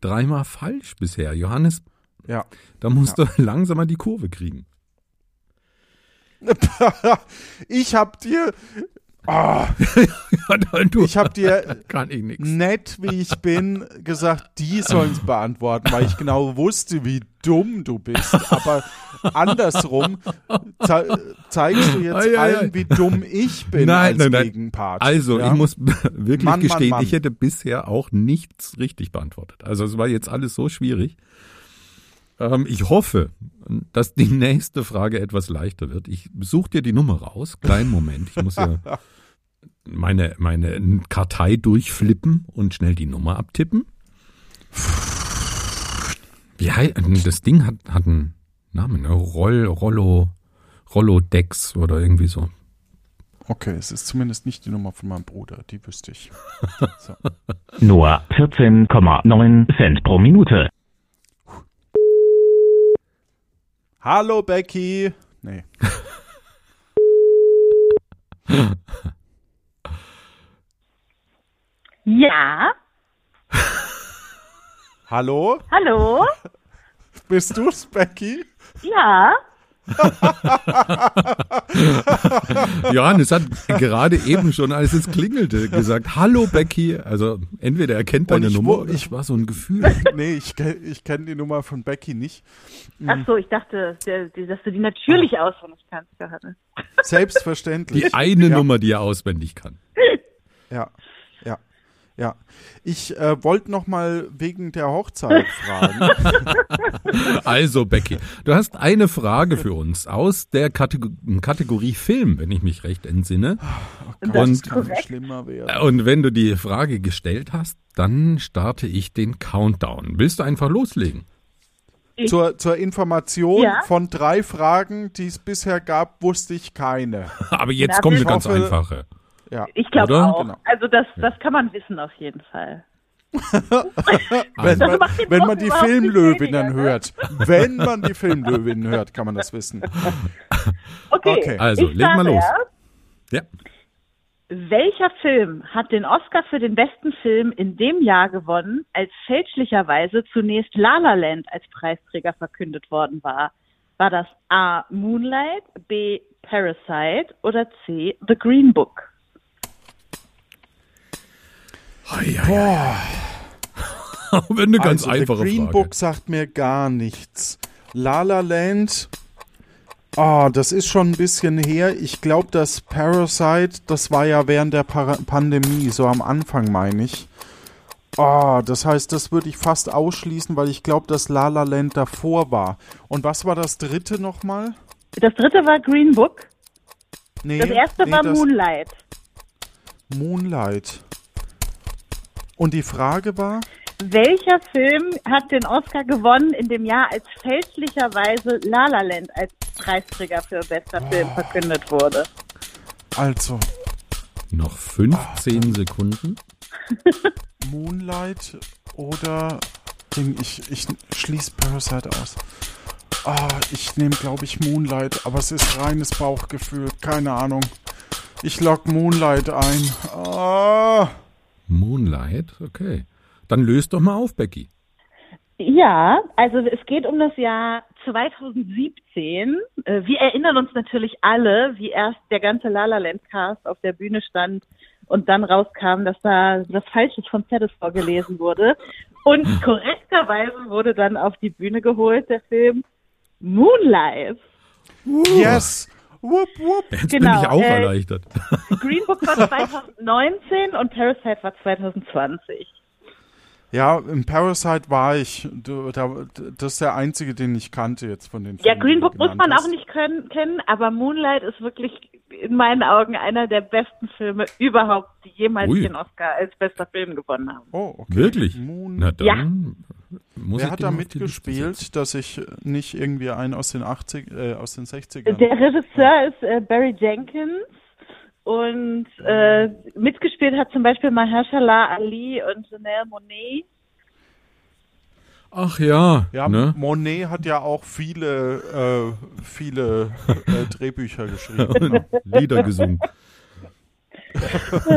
dreimal falsch bisher. Johannes, Ja. da musst du langsam mal die Kurve kriegen. ich hab dir, ah, du ich hab dir kann ich nichts. nett wie ich bin, gesagt, die sollen es beantworten, weil ich genau wusste, wie dumm du bist. Aber andersrum ze zeigst du jetzt Ei, ei, ei. allen, wie dumm ich bin Nein, als nein, nein. Gegenpart. Also, ja? ich muss wirklich Mann, Mann, gestehen, Mann. ich hätte bisher auch nichts richtig beantwortet. Also, es war jetzt alles so schwierig. Ähm, ich hoffe, dass die nächste Frage etwas leichter wird. Ich suche dir die Nummer raus. Kleinen Moment. Ich muss ja meine, meine Kartei durchflippen und schnell die Nummer abtippen. Wie hei- das Ding hat, hat einen Namen, ne? Roll, Rollo, Rollodex oder irgendwie so. Okay, es ist zumindest nicht die Nummer von meinem Bruder, die wüsste ich. So. Nur 14,9 Cent pro Minute. Hallo Becky. Nee. Ja, Hallo? hallo? Bist du's, Becky? Ja, Johannes hat gerade eben schon, als es klingelte, gesagt, hallo Becky. Also entweder er kennt Und deine ich Nummer wo- oder ich- es war so ein Gefühl. Nee, ich, ke- ich kenne die Nummer von Becky nicht. ach so, ich dachte, der- die- dass du die natürlich auswendig kannst, Johannes. Selbstverständlich. Die eine Ja. Nummer, die er auswendig kann. Ja, ja, ja. Ich äh, wollte noch mal wegen der Hochzeit fragen. Also Becky, du hast eine Frage für uns aus der Kategor Kategorie Film, wenn ich mich recht entsinne. Das Und, ist korrekt. Kann schlimmer werden. und wenn du die Frage gestellt hast, dann starte ich den Countdown. Willst du einfach loslegen? Zur, zur Information Ja? von drei Fragen, die es bisher gab, wusste ich keine. Aber jetzt Na, kommt wir- eine ganz Ich hoffe- einfache. Ja. Ich glaube Oder? auch. Genau. Also das, das kann man wissen auf jeden Fall. Wenn man, macht den wenn Druck man die überhaupt nicht Filmlöwinnen weniger, ne? hört. Wenn man die Filmlöwinnen hört, kann man das wissen. Okay, Okay. Also, ich leg mal starte los. erst. Ja. Welcher Film hat den Oscar für den besten Film in dem Jahr gewonnen, als fälschlicherweise zunächst La La Land als Preisträger verkündet worden war? War das A. Moonlight, B. Parasite oder C. The Green Book? Boah. Aber eine ganz also, einfache The Green Frage. Book sagt mir gar nichts. La La Land, ah, das ist schon ein bisschen her. Ich glaube, das Parasite, das war ja während der Para Pandemie, so am Anfang meine ich. Ah, das heißt, das würde ich fast ausschließen, weil ich glaube, dass La La Land davor war. Und was war das dritte nochmal? Das dritte war Green Book. Nee, Das erste nee, war das- Moonlight. Moonlight. Und die Frage war? Welcher Film hat den Oscar gewonnen in dem Jahr, als fälschlicherweise La La Land als Preisträger für bester Film Ah. verkündet wurde? Also, Noch Ah, 15 Sekunden. Moonlight oder Ding. Ich, ich schließe Parasite aus. Ah, ich nehme, glaube ich, Moonlight, aber es ist reines Bauchgefühl. Keine Ahnung. Ich log Moonlight ein. Ah, Moonlight, okay. Dann löst doch mal auf, Becky. Ja, also es geht um das Jahr 2017. Äh, Wir erinnern uns natürlich alle, wie erst der ganze La La Land Cast auf der Bühne stand und dann rauskam, dass da das falsches Konzert vorgelesen Hm. wurde. Und korrekterweise wurde dann auf die Bühne geholt der Film Moonlight. Yes! Wupp, wupp. Jetzt Genau, bin ich auch äh, erleichtert. Green Book war 2019 und Parasite war 2020. Ja, in Parasite war ich. Du- Da, das ist der einzige, den ich kannte jetzt von den Ja, Filmen, Hm, die Green du genau, Book muss genannt man hast. auch nicht können, kennen, aber Moonlight ist wirklich in meinen Augen einer der besten Filme überhaupt, die jemals Ui. den Oscar als bester Film gewonnen haben. Oh, okay. Wirklich? Moon. Na dann. Muss Wer ich hat den da mal auf die Liste setzen. mitgespielt, dass ich nicht irgendwie einen aus den 80 äh, aus den 60ern? Der Regisseur ist äh, Barry Jenkins und äh, mitgespielt hat zum Beispiel Mahershala Ali und Janelle Monet. Ach ja. ja, ne? Monet hat ja auch viele, äh, viele äh, Drehbücher geschrieben. Lieder gesungen. das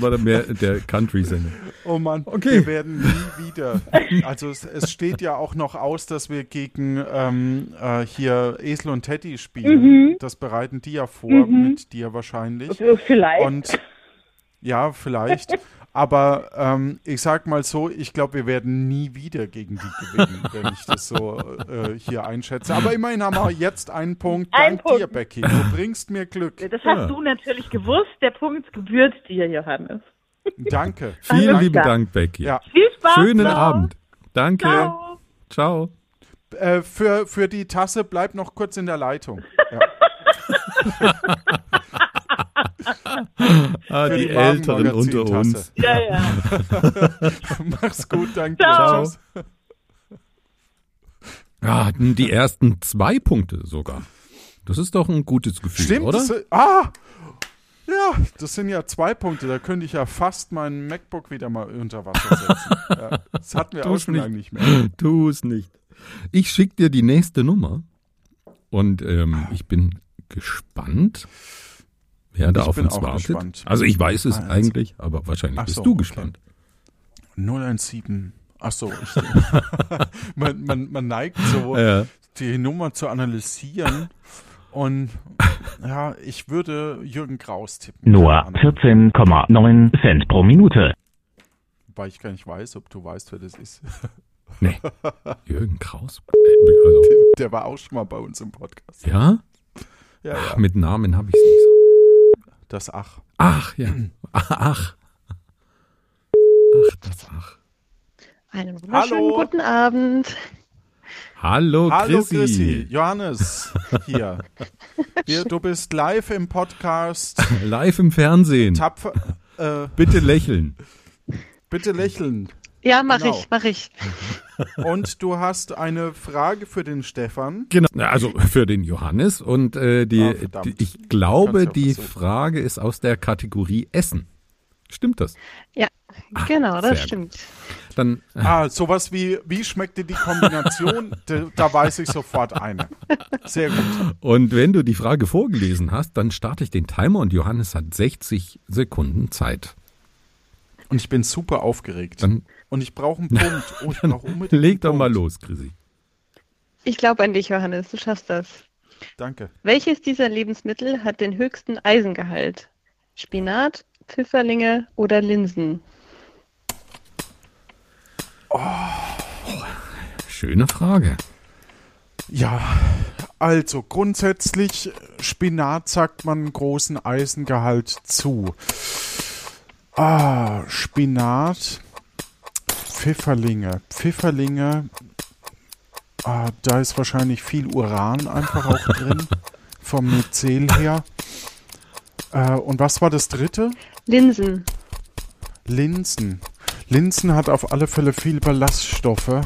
war dann mehr der Country-Sänger. Oh Mann, Okay. wir werden nie wieder. Also es, es steht ja auch noch aus, dass wir gegen ähm, äh, hier Esel und Teddy spielen. Das bereiten die ja vor, mit dir wahrscheinlich. Äh, Vielleicht. Und ja, vielleicht. Aber ähm, ich sag mal so, ich glaube, wir werden nie wieder gegen die gewinnen, wenn ich das so äh, hier einschätze. Aber immerhin haben wir jetzt einen Punkt. Ein Dank Punkt. dir, Becky. Du bringst mir Glück. das hast du natürlich gewusst. Der Punkt gebührt dir, Johannes. Danke. Vielen Alles lieben klar. Dank, Becky. Ja. Viel Spaß. Schönen noch. Abend. Danke. Ciao. Ciao. Äh, für, für die Tasse bleib noch kurz in der Leitung. Ja. Ah, Für die die Älteren unter Wagenmagazin-Tasse. uns. Ja, ja. Mach's gut, danke. Ciao. Tschüss. Ah, hatten die ersten zwei Punkte sogar. Das ist doch ein gutes Gefühl, Stimmt, oder? Das, ah! Ja, das sind ja zwei Punkte. Da könnte ich ja fast meinen MacBook wieder mal unter Wasser setzen. ja, das hatten wir auch Tu's schon nicht. lange nicht mehr. Tu es nicht. Ich schicke dir die nächste Nummer und ähm, Ah. ich bin gespannt, wer da Ich auf bin uns auch wartet. gespannt. Also ich weiß es Also. eigentlich, aber wahrscheinlich Ach bist so, du okay. gespannt. 017. Ach so, ich, man, man, man neigt so, Ja. die Nummer zu analysieren. Und ja, ich würde Jürgen Kraus tippen. Nur Keine Ahnung. 14,9 Cent pro Minute. Weil ich gar nicht weiß, ob du weißt, wer das ist. Nee. Jürgen Kraus? Äh, Also, Der war auch schon mal bei uns im Podcast. ja? Ja, Ach, ja. mit Namen habe ich es nicht so. Das Ach. Ach, ja. Ach. Ach, das Ach. Einen wunderschönen Hallo. guten Abend. Hallo, Hallo Chrissy. Chrissy, Johannes hier. Wir, du bist live im Podcast. Live im Fernsehen. Tapfer. Äh, Bitte lächeln. bitte lächeln. Ja, mach Genau. ich, mach ich. Und du hast eine Frage für den Stefan. Genau. Na, Also für den Johannes und äh, die, Ah, verdammt. die, ich glaube, Kannst ja die versuchen. Frage ist aus der Kategorie Essen. Stimmt das? Ja, genau, sehr das gut. stimmt. Dann Ah, sowas wie, wie schmeckt dir die Kombination? da, da weiß ich sofort eine. Sehr gut. und wenn du die Frage vorgelesen hast, dann starte ich den Timer und Johannes hat 60 Sekunden Zeit. Und ich bin super aufgeregt. Dann Und ich brauche einen Punkt. Oh, ich brauche unbedingt leg einen doch mal Punkt. los, Chrissy. Ich glaube an dich, Johannes, du schaffst das. Danke. Welches dieser Lebensmittel hat den höchsten Eisengehalt? Spinat, Pfifferlinge oder Linsen? Schöne Frage. Ja, also grundsätzlich äh, Spinat sagt man großen Eisengehalt zu. Ah, Spinat, Pfifferlinge, Pfifferlinge. Ah, da ist wahrscheinlich viel Uran einfach auch drin vom Myzel her. Äh, und was war das dritte? Linsen. Linsen. Linsen hat auf alle Fälle viel Ballaststoffe.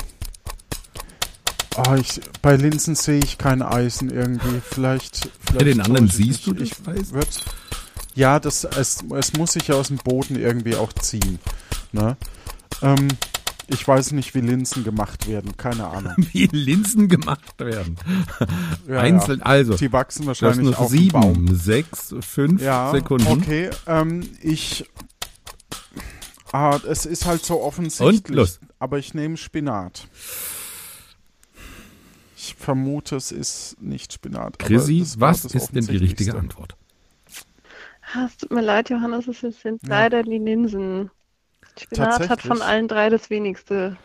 Ah, ich, bei Linsen sehe ich kein Eisen irgendwie. Vielleicht. vielleicht Bei den anderen täusche ich siehst du mich. das Eisen? Ich würd, ja, das, es, es muss sich ja aus dem Boden irgendwie auch ziehen. Ne? Ähm, ich weiß nicht, wie Linsen gemacht werden. Keine Ahnung. Wie Linsen gemacht werden. Ja, Einzeln, also. Ja. Die wachsen Das sind wahrscheinlich noch auf dem Baum. sieben, sechs, fünf Ja, Sekunden. okay. Ähm, ich. Ah, es ist halt so offensichtlich. Und los. Aber ich nehme Spinat. Ich vermute, es ist nicht Spinat. aber Chrissy, das war was das ist denn die richtige Offensichtlichste. Antwort? Ah, Es tut mir leid, Johannes, es sind Ja. leider die Linsen. Spinat hat von Tatsächlich? allen drei das wenigste.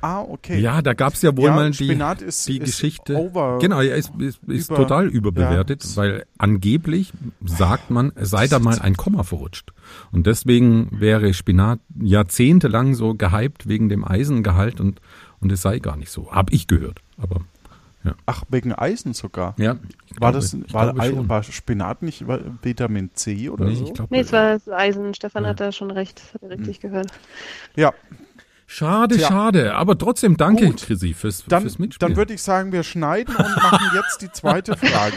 Ah, okay. Ja, da gab es ja wohl Ja, mal die, Spinat ist- die ist Geschichte. over- genau, ja, ist, ist, ist über- total überbewertet, ja. weil angeblich sagt man, sei da mal ein Komma verrutscht. Und deswegen wäre Spinat jahrzehntelang so gehypt wegen dem Eisengehalt und, und es sei gar nicht so. Hab ich gehört. Aber Ach, wegen Eisen sogar. ja. ich War glaube- das ich war, glaube Ei- schon. war Spinat nicht war Vitamin C oder Nee, so? ich glaube, Nee, es war das Eisen. Stefan Ja. hat da schon recht. Das hat er richtig Hm. gehört. ja, Schade, Tja. schade. Aber trotzdem danke, Gut. Chrissy, fürs, dann, fürs Mitspielen. dann würde ich sagen, wir schneiden und machen jetzt die zweite Frage.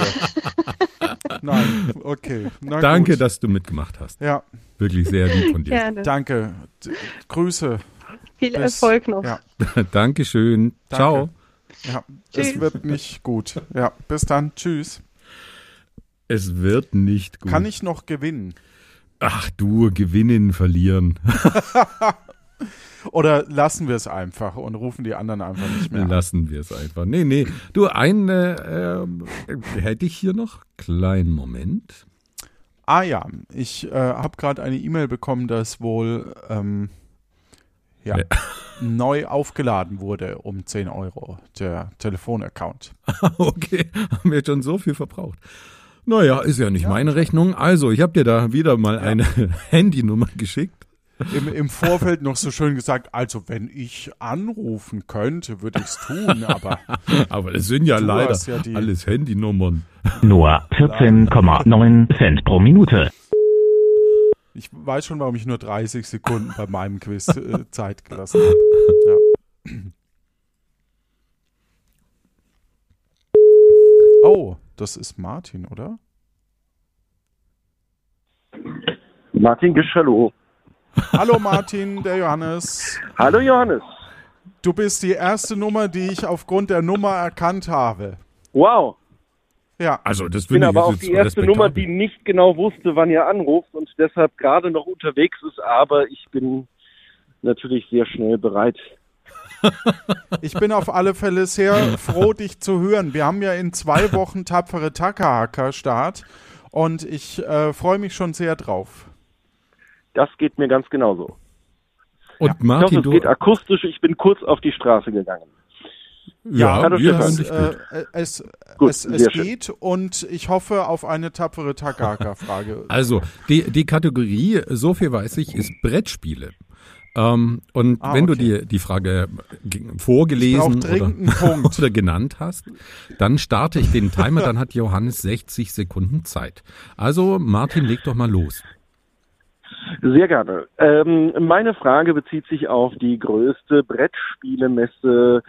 Nein, okay. Na danke, gut. dass du mitgemacht hast. Ja, Wirklich sehr lieb von dir. Gerne. danke. D Grüße. Viel Bis- Erfolg noch. Ja, Dankeschön. Ciao. ja. Tschüss. Es wird nicht gut. Ja, bis dann. Tschüss. Es wird nicht gut. Kann ich noch gewinnen? Ach du, gewinnen, verlieren. Oder lassen wir es einfach und rufen die anderen einfach nicht mehr an? Lassen wir es einfach. Nee, nee. Du, ein äh, ähm, hätte ich hier noch. Kleinen Moment. Ah ja, ich äh, habe gerade eine E-Mail bekommen, dass wohl ähm, ja, Nee. neu aufgeladen wurde um 10 Euro, der Telefonaccount. Okay, haben wir schon so viel verbraucht. Naja, ist ja nicht meine Rechnung. Also, ich habe dir da wieder mal eine Handynummer geschickt. Im, Im Vorfeld noch so schön gesagt, also wenn ich anrufen könnte, würde ich es tun, aber Aber es sind ja Du leider hast ja die- alles Handynummern. Nur 14,9 Cent pro Minute. ich weiß schon, warum ich nur 30 Sekunden bei meinem Quiz äh, Zeit gelassen habe. Ja. Oh, das ist Martin, oder? Martin Gisch, hallo. Hallo Martin, der Johannes. Hallo Johannes. Du bist die erste Nummer, die ich aufgrund der Nummer erkannt habe. Wow. Ja, Also, das Ich bin finde ich Genau, aber auch jetzt die erste respektabel. Nummer, die nicht genau wusste, wann ihr anruft und deshalb gerade noch unterwegs ist, aber ich bin natürlich sehr schnell bereit. ich bin auf alle Fälle sehr froh, dich zu hören. Wir haben ja in zwei Wochen tapfere Takahaka-Start und ich äh, freue mich schon sehr drauf. Das geht mir ganz genauso. Und Ich hoffe, Martin, es du. geht akustisch. Ich bin kurz auf die Straße gegangen. ja, hallo, wir Stefan. hören Es, dich gut. äh, es, Gut, es, sehr es schön. geht und ich hoffe auf eine tapfere Takahaka-Frage. Also, die, die Kategorie, so viel weiß ich, ist Brettspiele. Ähm, und Ah, wenn du okay. dir die Frage g- Ich brauch vorgelesen dringend einen oder, Punkt. oder genannt hast, dann starte ich den Timer, dann hat Johannes 60 Sekunden Zeit. Also, Martin, leg doch mal los. Sehr gerne. Ähm, meine Frage bezieht sich auf die größte Brettspielemesse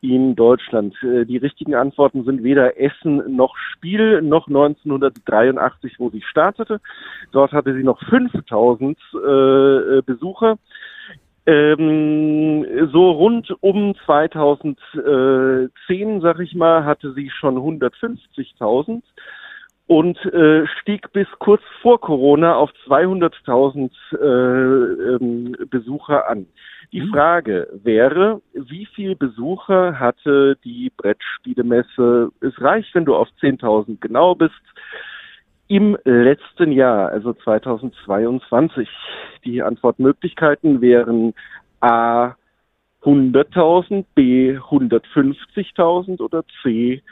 in Deutschland. Äh, die richtigen Antworten sind weder Essen noch Spiel noch 1983, wo sie startete. Dort hatte sie noch 5000 äh, äh, Besucher. Ähm, so rund um 2010, sag ich mal, hatte sie schon 150.000 und äh, stieg bis kurz vor Corona auf 200.000 äh, ähm, Besucher an. Die Frage wäre, wie viel Besucher hatte die Brettspielemesse? Es reicht, wenn du auf 10.000 genau bist. Im letzten Jahr, also 2022. Die Antwortmöglichkeiten wären A 100.000, B 150.000 oder C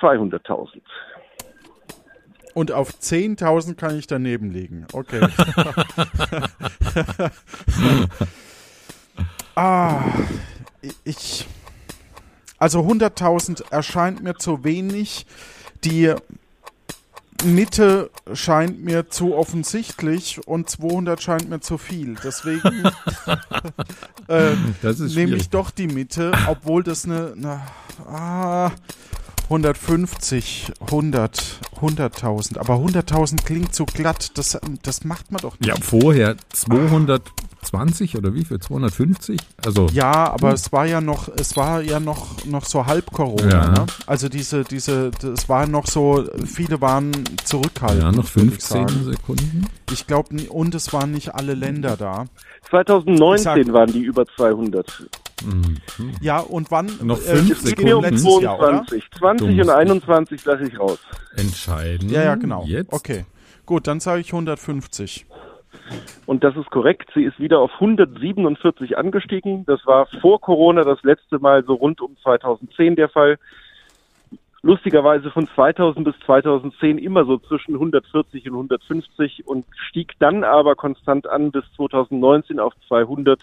200.000. Und auf 10.000 kann ich daneben liegen. Okay. ah, ich. Also 100.000 erscheint mir zu wenig. Die Mitte scheint mir zu offensichtlich und 200 scheint mir zu viel. Deswegen äh, Das ist nehme schwierig. ich doch die Mitte, obwohl das eine. eine ah, 150, 100, 100.000. Aber 100.000 klingt so glatt. Das, das macht man doch nicht. Ja, vorher 220 oder wie viel? 250? Also, Ja, aber es war ja noch, es war ja noch, noch so halb Corona. Ja. Ne? Also diese, diese, es waren noch so, viele waren zurückhaltend. ja, noch würde ich 15 sagen. Sekunden. Ich glaube, und es waren nicht alle Länder da. Ich 2019 sag- waren die über 200. Hm, Ja, und wann? äh, Noch es fünf ging Geht mir um Sekunden. letztes Jahr, oder? 22. 20 Dummes und Ding. 21 lasse ich raus. Entscheiden. Ja, ja, genau. Hm, Jetzt. Okay. Gut, dann sage ich 150. Und das ist korrekt. Sie ist wieder auf 147 angestiegen. Das war vor Corona das letzte Mal so rund um 2010 der Fall. Lustigerweise von 2000 bis 2010 immer so zwischen 140 und 150 und stieg dann aber konstant an bis 2019 auf 200.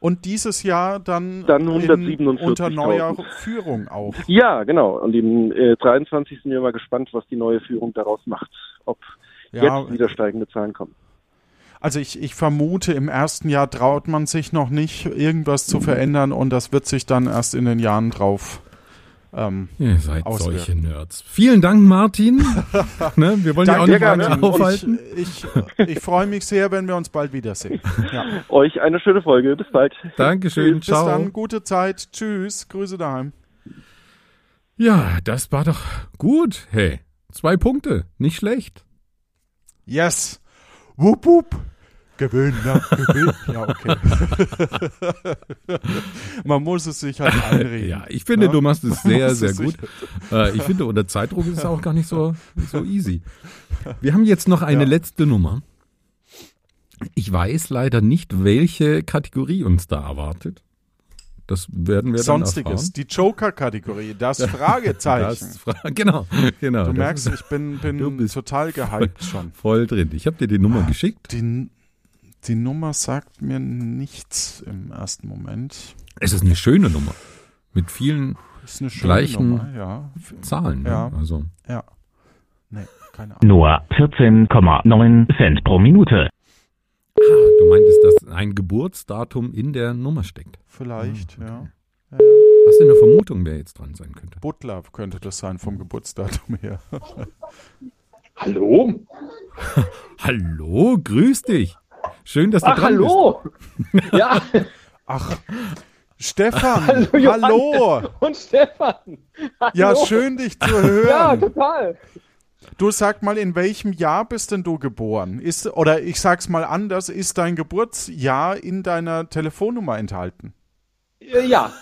Und dieses Jahr dann, Dann in, 147.000. unter neuer Führung auch. Ja, genau. Und im äh, 23. sind wir mal gespannt, was die neue Führung daraus macht. Ob Ja. jetzt wieder steigende Zahlen kommen. Also ich, ich vermute, im ersten Jahr traut man sich noch nicht, irgendwas Mhm. zu verändern und das wird sich dann erst in den Jahren drauf. Ähm, Ihr seid Auswirken. solche Nerds. Vielen Dank, Martin. ne? Wir wollen ja auch nicht Danke, weiter Martin. ich aufhalten. ich, ich freue mich sehr, wenn wir uns bald wiedersehen. Ja. Euch eine schöne Folge. Bis bald. Dankeschön, äh, Bis ciao. dann, gute Zeit, tschüss, Grüße daheim. Ja, das war doch gut. Hey, zwei Punkte, nicht schlecht. Yes, wup wup, Gewinn, ja, Gewinn. Ja, okay. man muss es sich halt einreden. Ja, ich finde, Ja. du machst es sehr, muss sehr es sich- gut. Äh, ich finde, unter Zeitdruck ist es auch gar nicht so, so easy. Wir haben jetzt noch eine Ja. letzte Nummer. Ich weiß leider nicht, welche Kategorie uns da erwartet. Das werden wir dann Sonstiges, erfahren. die Joker-Kategorie, das Fragezeichen. Das fra- genau, genau. du das merkst, ist ich bin, bin Du bist- total gehypt schon. voll drin. Ich habe dir die Nummer geschickt. Die, die Nummer sagt mir nichts im ersten Moment. Es ist eine schöne Nummer mit vielen Ist eine schöne Gleichen- Nummer, ja. Zahlen. ne? Ja. Also Ja. Nee, keine Ahnung. Nur 14,9 Cent pro Minute. Ah, du meintest, dass ein Geburtsdatum in der Nummer steckt. Vielleicht, ja. Hast du eine Vermutung, wer jetzt dran sein könnte? Butler könnte das sein vom Geburtsdatum her. Hallo? Hallo, grüß dich. Schön, dass du Ach, dran hallo! ja, Ach, Stefan, Hallo, hallo. Johannes. und Stefan! Hallo. Ja, schön, dich zu Ja, hören. total. Du sag mal, in welchem Jahr bist denn du geboren? Ist, oder ich sag's mal anders, ist dein Geburtsjahr in deiner Telefonnummer enthalten? Äh, Ja.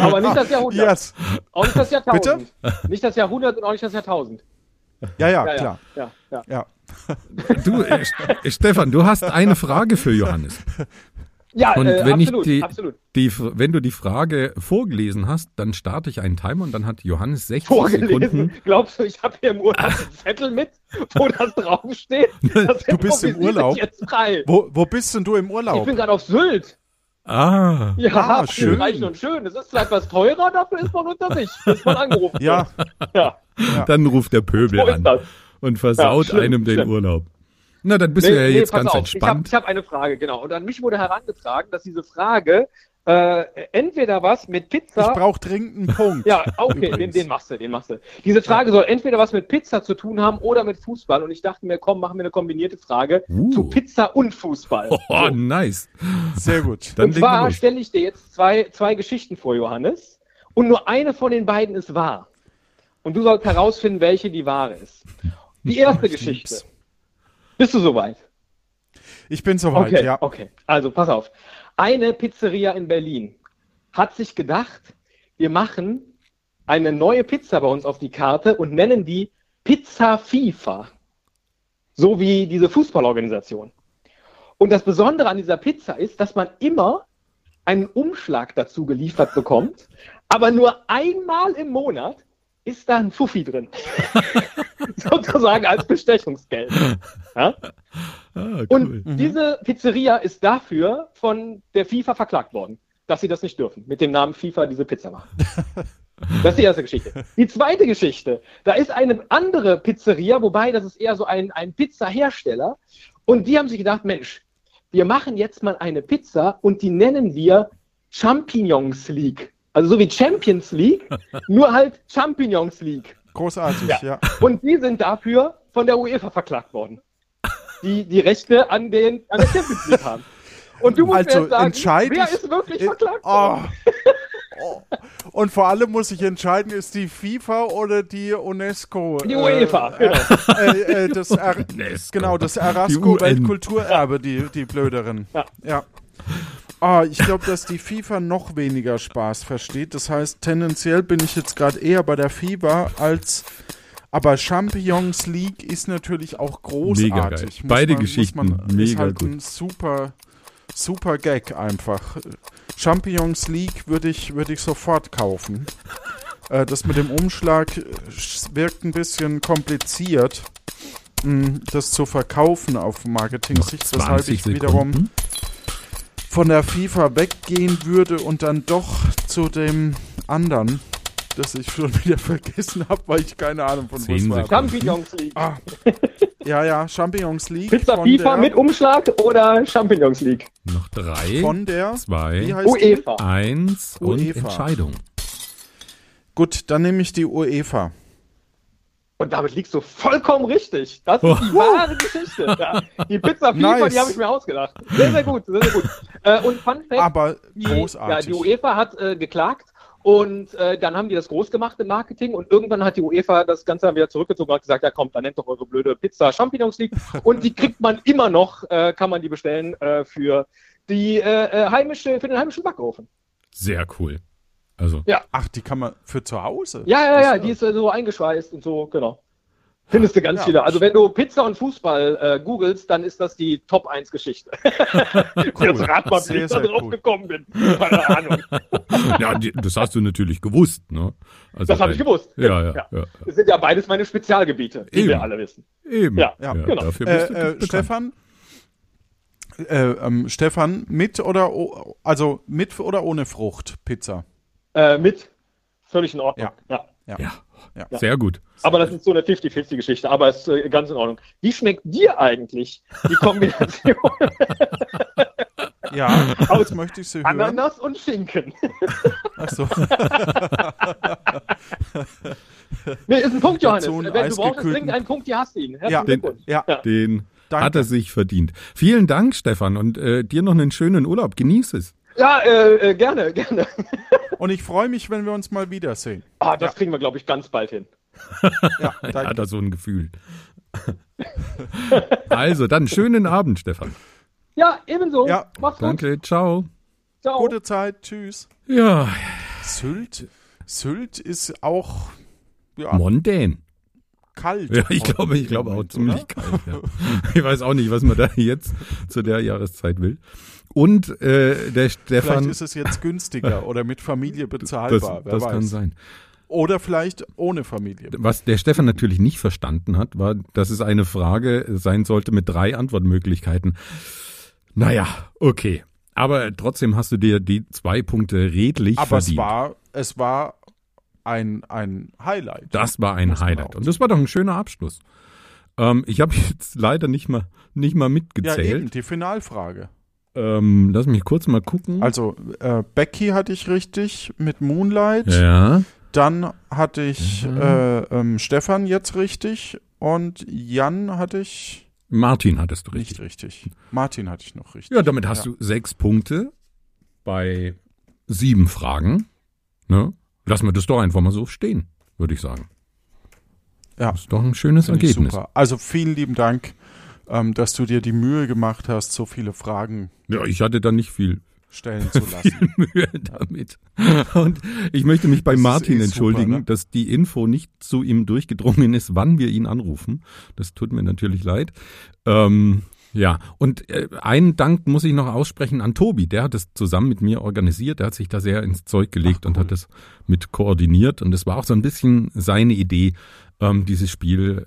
Aber nicht das Jahrhundert. Yes. Auch nicht das Jahrtausend. Nicht das Jahrhundert und auch nicht das Jahrtausend. Ja, ja, Ja, klar. ja, ja, ja. Ja. bist. Du, äh, St- Stefan, du hast eine Frage für Johannes. ja Und äh, wenn, ich absolut, die, absolut. die, F- wenn du die Frage vorgelesen hast, dann starte ich einen Timer und dann hat Johannes 60 Vorgelesen. Sekunden. Glaubst du, ich habe hier im Urlaub einen Zettel mit, wo das draufsteht? Das Du bist im improvisiere Urlaub? Ich, jetzt frei. Wo, wo bist denn du im ich Urlaub? bin gerade auf Sylt. Ah, Ja, Ah, das ist schön. reich und schön. Es ist vielleicht was teurer, dafür ist man unter sich. Ist man angerufen. Ja, ja. dann ruft der Pöbel So ist an das. und versaut Ja, schlimm, einem den schlimm. Urlaub. Na, dann bist du ja jetzt pass ganz auf. entspannt. Ich habe ich hab eine Frage, genau. Und an mich wurde herangetragen, dass diese Frage äh, entweder was mit ich Pizza. brauche dringend einen Punkt. ja, okay, den, Übrigens. den machst du, den machst du. Diese Frage soll entweder was mit Pizza zu tun haben oder mit Fußball. Und ich dachte mir, komm, machen wir eine kombinierte Frage Uh. zu Pizza und Fußball. Oh, nice. Sehr gut. Dann und legen wir zwar los. stelle ich dir jetzt zwei, zwei Geschichten vor, Johannes. Und nur eine von den beiden ist wahr. Und du sollst herausfinden, welche die wahre ist. Die erste Geschichte. lieb's. Bist du soweit? Ich bin soweit, Okay, ja. okay. Also pass auf. Eine Pizzeria in Berlin hat sich gedacht, wir machen eine neue Pizza bei uns auf die Karte und nennen die Pizza FIFA. So wie diese Fußballorganisation. Und das Besondere an dieser Pizza ist, dass man immer einen Umschlag dazu geliefert bekommt, aber nur einmal im Monat ist da ein Fuffi drin. Sozusagen als Bestechungsgeld. Ja? Ah, cool. Und diese Pizzeria ist dafür von der FIFA verklagt worden, dass sie das nicht dürfen, mit dem Namen FIFA diese Pizza machen. Das ist die erste Geschichte. Die zweite Geschichte, da ist eine andere Pizzeria, wobei das ist eher so ein, ein Pizzahersteller. Und die haben sich gedacht, Mensch, wir machen jetzt mal eine Pizza und die nennen wir Champignons League. Also so wie Champions League, nur halt Champignons League. Großartig, ja. Ja. Und die sind dafür von der UEFA verklagt worden. Die die Rechte an den an der Champions League haben. Und du musst Also, mir jetzt sagen, entscheidend- wer ist wirklich Äh, verklagt oh. worden? Oh. Und vor allem muss ich entscheiden, ist die FIFA oder die UNESCO? Die UEFA, genau. Äh, äh, äh, das Ar UNESCO. genau, das Die UN. Arasco-Weltkulturerbe, die, die Blöderen. Ja. Ja. Ah, ich glaube, dass die FIFA noch weniger Spaß versteht. Das heißt, tendenziell bin ich jetzt gerade eher bei der FIFA als. Aber Champions League ist natürlich auch großartig. Mega geil. Beide muss Geschichten. ist Mega halt gut. ein super, super Gag einfach. Champions League würde ich, würde ich sofort kaufen. Äh, das mit dem Umschlag äh, wirkt ein bisschen kompliziert, mh, das zu verkaufen auf Marketing-Sicht, weshalb 20 ich wiederum Sekunden. von der FIFA weggehen würde und dann doch zu dem anderen, das ich schon wieder vergessen habe, weil ich keine Ahnung von Zehn was war. Sekunden. Champignons League. Ah. Ja, ja, Champions League. Pizza von FIFA der, mit E Umschlag oder Champignons League? Noch drei, Von der. Wie zwei, heißt die? UEFA. eins und UEFA. Entscheidung. Gut, dann nehme ich die E UEFA. Und damit liegst du vollkommen richtig. Das ist die wahre Geschichte. Ja. Die Pizza FIFA, Nice. die habe ich mir ausgedacht. Sehr, sehr gut, sehr, sehr gut. Äh, und Fun Fact, Aber die, E ja, großartig. die UEFA hat äh, geklagt und äh, dann haben die das groß gemacht im Marketing und irgendwann hat die UEFA das Ganze dann wieder zurückgezogen und hat gesagt, ja kommt, dann nennt doch eure blöde Pizza Champignons League und die kriegt man immer noch, äh, kann man die bestellen äh, für die äh, äh, heimische, für den heimischen Backofen. Sehr cool. Also, Ach, die kann man für zu Hause. Also, Ja, ja, ja, Das- die ist äh, so eingeschweißt und so, genau. Findest du ganz Ja. viele. Also wenn du Pizza und Fußball äh, googelst, dann ist das die Top 1 Geschichte. Jetzt rat mal, wie Sehr, ich da sehr drauf cool. gekommen bin. Keine Ahnung. ja, die, das hast du natürlich gewusst, ne? Also Das habe ich dein- gewusst. Ja, ja, Ja. ja. Das sind ja beides meine Spezialgebiete, wie Eben. wir alle wissen. Eben. Ja, genau. Dafür bist du äh, äh, bekannt. Stefan? Äh, ähm, Stefan, mit oder o also mit oder ohne Frucht Pizza? Äh, mit völlig in Ordnung. Ja. Ja. Ja. sehr gut. Aber das ist so eine 50-50-Geschichte, aber ist äh, ganz in Ordnung. Wie schmeckt dir eigentlich die Kombination Ja, das möchte ich so hören. Ananas und Schinken? Ach so. Nee, ist ein Punkt, Johannes. Dazu einen Wenn du brauchst, eisgekühlten- dringend einen Punkt, die hast du ihn. Herzlichen Ja. Glückwunsch. Ja, Den Danke. hat er sich verdient. Vielen Dank, Stefan, und äh, dir noch einen schönen Urlaub. Genieß es. Ja, äh, äh, gerne, gerne. und ich freue mich, wenn wir uns mal wiedersehen. Ah, das kriegen wir, glaube ich, ganz bald hin. Ja, Er hat danke. da so ein Gefühl. also, dann schönen Abend, Stefan. Ja, ebenso. Ja. Mach's gut. Danke, ciao. Ciao. Gute Zeit, tschüss. Ja, Sylt, Sylt ist auch ja, mondän. kalt. Ja, ich heute glaube, ich im glaube auch Moment, ziemlich oder? kalt. Ja. Ich weiß auch nicht, was man da jetzt zu der Jahreszeit will. Und äh, der Vielleicht Stefan, ist es jetzt günstiger oder mit Familie das, bezahlbar, wer das weiß. kann sein. Oder vielleicht ohne Familie. Was der Stefan natürlich nicht verstanden hat, war, dass es eine Frage sein sollte mit drei Antwortmöglichkeiten. Naja, okay. Aber trotzdem hast du dir die zwei Punkte redlich Aber es verdient. war, es war ein, ein Highlight. Das war ein Muss man Highlight. auch Und das war doch ein schöner Abschluss. Ähm, ich habe jetzt leider nicht mal, nicht mal ja, eben, mitgezählt. die Finalfrage. ähm, lass mich kurz mal gucken. Also, äh, Becky hatte ich richtig mit Moonlight. ja. Mhm. Dann hatte ich äh, ähm, Stefan jetzt richtig. Und Jan hatte ich Martin hattest du richtig. nicht richtig. Martin hatte ich noch richtig. Ja, damit hast du sechs Punkte bei sieben Fragen. Ne? Lassen wir das doch einfach mal so stehen, würde ich sagen. Ja. Das ist doch ein schönes Finde ich Ergebnis. Super. Also, vielen lieben Dank, ähm, dass du dir die Mühe gemacht hast, so viele Fragen Ja, ich hatte da nicht viel stellen zu lassen. Mühe damit. Und ich möchte mich bei Das ist Martin eh super, entschuldigen, ne? dass die Info nicht zu ihm durchgedrungen ist, wann wir ihn anrufen. Das tut mir natürlich leid. Ähm, ja, und äh, einen Dank muss ich noch aussprechen an Tobi. Der hat es zusammen mit mir organisiert. Der hat sich da sehr ins Zeug gelegt und hat es mit koordiniert. Und es war auch so ein bisschen seine Idee, ähm, dieses Spiel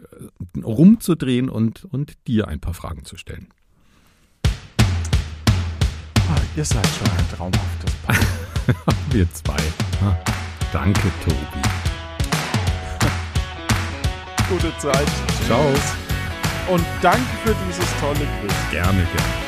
äh, rumzudrehen und, und dir ein paar Fragen zu stellen. Ah, Ihr seid schon ein traumhaftes Paar. Wir zwei. Ah, danke, Tobi. Gute Zeit. Ciao. Und danke für dieses tolle Quiz. Gerne, gerne.